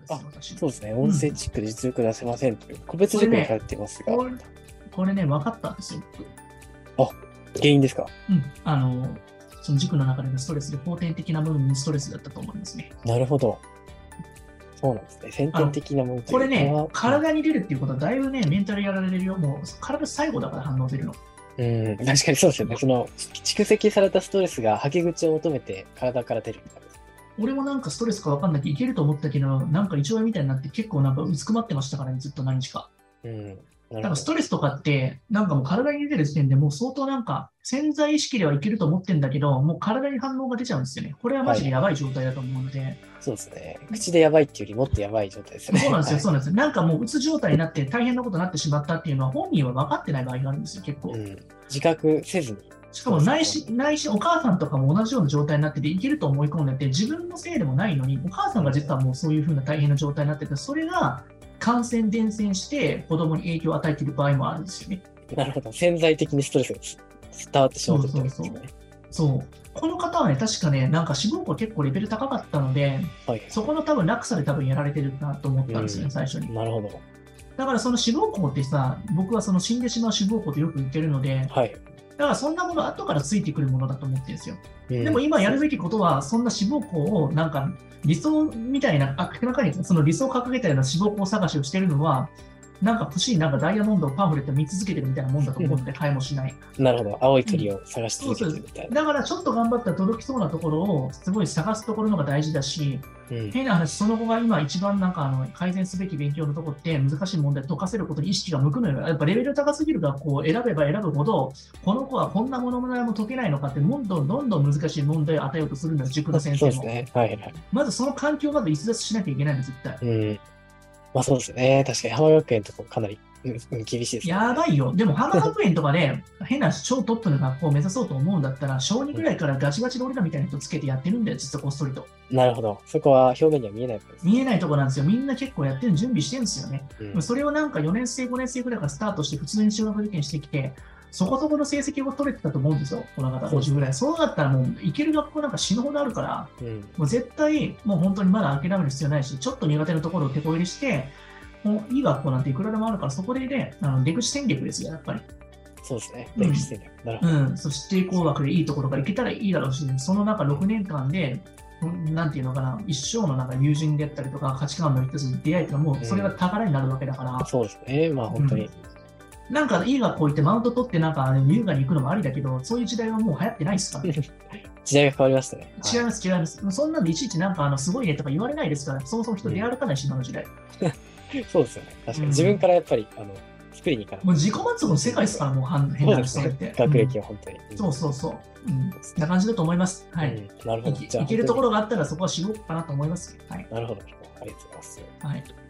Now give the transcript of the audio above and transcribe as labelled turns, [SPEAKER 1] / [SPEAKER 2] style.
[SPEAKER 1] です、
[SPEAKER 2] あ
[SPEAKER 1] 私。
[SPEAKER 2] そうですね、音声チックで実力出せませんという、個別塾に通ってますが、
[SPEAKER 1] これこれね、分かったんですよ。
[SPEAKER 2] 原因ですか
[SPEAKER 1] うん。あの、その塾の中でのストレスで、後天的な部分にストレスだったと思いますね。
[SPEAKER 2] なるほど。そうなんですね、先天的なものというか
[SPEAKER 1] これね
[SPEAKER 2] は、
[SPEAKER 1] 体に出るっていうことは、だいぶね、メンタルやられるよ。もう、体最後だから反応出るの。
[SPEAKER 2] うん、確かにそうですよね。その、蓄積されたストレスが吐き口を求めて体から出るってことです。
[SPEAKER 1] 俺もなんかストレスか分かんなきゃいけると思ったけど、なんか一応みたいになって結構なんかうつくまってましたからね、ずっと何日か。
[SPEAKER 2] うん。な
[SPEAKER 1] だか
[SPEAKER 2] るほ
[SPEAKER 1] ら
[SPEAKER 2] ど
[SPEAKER 1] ス。トレスとかって、なんかもう体に出てる時点でもう相当なんか潜在意識ではいけると思ってんだけど、もう体に反応が出ちゃうんですよね。これはマジでやばい状態だと思うので、
[SPEAKER 2] そうですね。口でやばいっていうよりもっとやばい状態ですね。
[SPEAKER 1] そうなんですよ、
[SPEAKER 2] はい
[SPEAKER 1] そうなんですよ。なんかもううつ状態になって大変なことになってしまったっていうのは本人は分かってない場合があるんですよ、結構。
[SPEAKER 2] うん。自覚せずに。
[SPEAKER 1] しかも内心、内心、お母さんとかも同じような状態になってて、いけると思い込んでて、自分のせいでもないのに、お母さんが実はもうそういうふうな大変な状態になってて、それが感染伝染して子供に影響を与えている場合もあるんですよね。
[SPEAKER 2] なるほど。潜在的にストレスがつ伝わってしまうってことですね。
[SPEAKER 1] そうそう。この方はね、確かね、なんか死亡校結構レベル高かったので、
[SPEAKER 2] はい。
[SPEAKER 1] そこの多分落差で多分やられてるなと思ったんですよ
[SPEAKER 2] う
[SPEAKER 1] ね、
[SPEAKER 2] ん
[SPEAKER 1] 最初に。
[SPEAKER 2] なるほど。
[SPEAKER 1] だからその死亡校ってさ、僕はその死んでしまう死亡校とよく言ってるので、
[SPEAKER 2] はい。
[SPEAKER 1] だからそんなもの後からついてくるものだと思ってるんですよ。
[SPEAKER 2] うん
[SPEAKER 1] でも今やるべきことは、そんな志望校を、なんか理想みたいな、あ明らかにその理想を掲げたような志望校探しをしてるのは、なんか欲しいなんかダイヤモンドをパンフレット見続けてるみたいなもんだと思って、買いもしない。
[SPEAKER 2] なるほど。青い鳥を探し続けてるみたいな。
[SPEAKER 1] だからちょっと頑張ったら届きそうなところを、すごい探すところのが大事だし、
[SPEAKER 2] うん。
[SPEAKER 1] 変な話、その後が今一番なんかあの改善すべき勉強のとこって難しい問題解かせることに意識が向くのよ。やっぱレベル高すぎる学校を選べば選ぶほど、この子はこんな物題も解けないのかって、どんどんどんどん難しい問題を与えようとするんです、塾の先生
[SPEAKER 2] そうです
[SPEAKER 1] も。
[SPEAKER 2] ね。はいはい。
[SPEAKER 1] まずその環境をまず逸脱しなきゃいけないの、絶対。
[SPEAKER 2] うん。まあそうですね。確かに浜学園とかかなり、うんうん、厳しいですね。
[SPEAKER 1] やばいよ。でも、浜学園とかで、変な小トップの学校を目指そうと思うんだったら、小2ぐらいからガチガチの俺らみたいな人つけてやってるんだよ、実はこっそりと。
[SPEAKER 2] なるほど。そこは表面には見えないわけですね。
[SPEAKER 1] 見えないとこなんですよ。みんな結構やってる準備してるんですよね。
[SPEAKER 2] うん
[SPEAKER 1] でもそれをなんか4年生、5年生ぐらいからスタートして、普通に中学受験してきて、そこそこの成績を取れてたと思うんですよ、この方、
[SPEAKER 2] そう
[SPEAKER 1] 50ぐらい。そうだったらもう、行ける学校なんか死ぬほどあるから、
[SPEAKER 2] うん。
[SPEAKER 1] もう絶対、もう本当にまだ諦める必要ないし、ちょっと苦手なところを手こ入れして、もういい学校なんていくらでもあるから、そこでね、あの出口戦略ですよ、やっぱり。
[SPEAKER 2] そうですね。
[SPEAKER 1] うん
[SPEAKER 2] 歴史戦略。なるほど。
[SPEAKER 1] うん、そして工学でいいところが行けたらいいだろうし、その中6年間で、うんなんていうのかな、一生のなんか友人であったりとか、価値観の一つ出会いとか、もうそれが宝になるわけだから、
[SPEAKER 2] そうですね。まあ本当に。
[SPEAKER 1] なんかいい学校行ってマウント取って、なんか優雅に行くのもありだけど、そういう時代はもう流行ってないですから、 違い
[SPEAKER 2] 時代が変わりましたね。はい
[SPEAKER 1] ます、違います。そんなんでいちいちなんかあのすごいねとか言われないですから、そもそも人出歩かないし、今の時代。
[SPEAKER 2] そうですよね。確か
[SPEAKER 1] う
[SPEAKER 2] に。
[SPEAKER 1] ん
[SPEAKER 2] 自分からやっぱり、あの、作りに行かない。
[SPEAKER 1] もう自己満足の世界ですから、もうはん変
[SPEAKER 2] そう
[SPEAKER 1] な
[SPEAKER 2] で
[SPEAKER 1] 話、
[SPEAKER 2] す
[SPEAKER 1] それっ
[SPEAKER 2] ね
[SPEAKER 1] て。。
[SPEAKER 2] 学
[SPEAKER 1] う
[SPEAKER 2] 歴
[SPEAKER 1] ん
[SPEAKER 2] は本当に。ん
[SPEAKER 1] そうそうそう。うん。そんな感じだと思います。はい。
[SPEAKER 2] うんなるほど。
[SPEAKER 1] いけいけるとこ
[SPEAKER 2] ろ。
[SPEAKER 1] ろがあったら、そこは絞ろうかなと思います。はい。
[SPEAKER 2] なるほど。ありがとうございます。
[SPEAKER 1] はい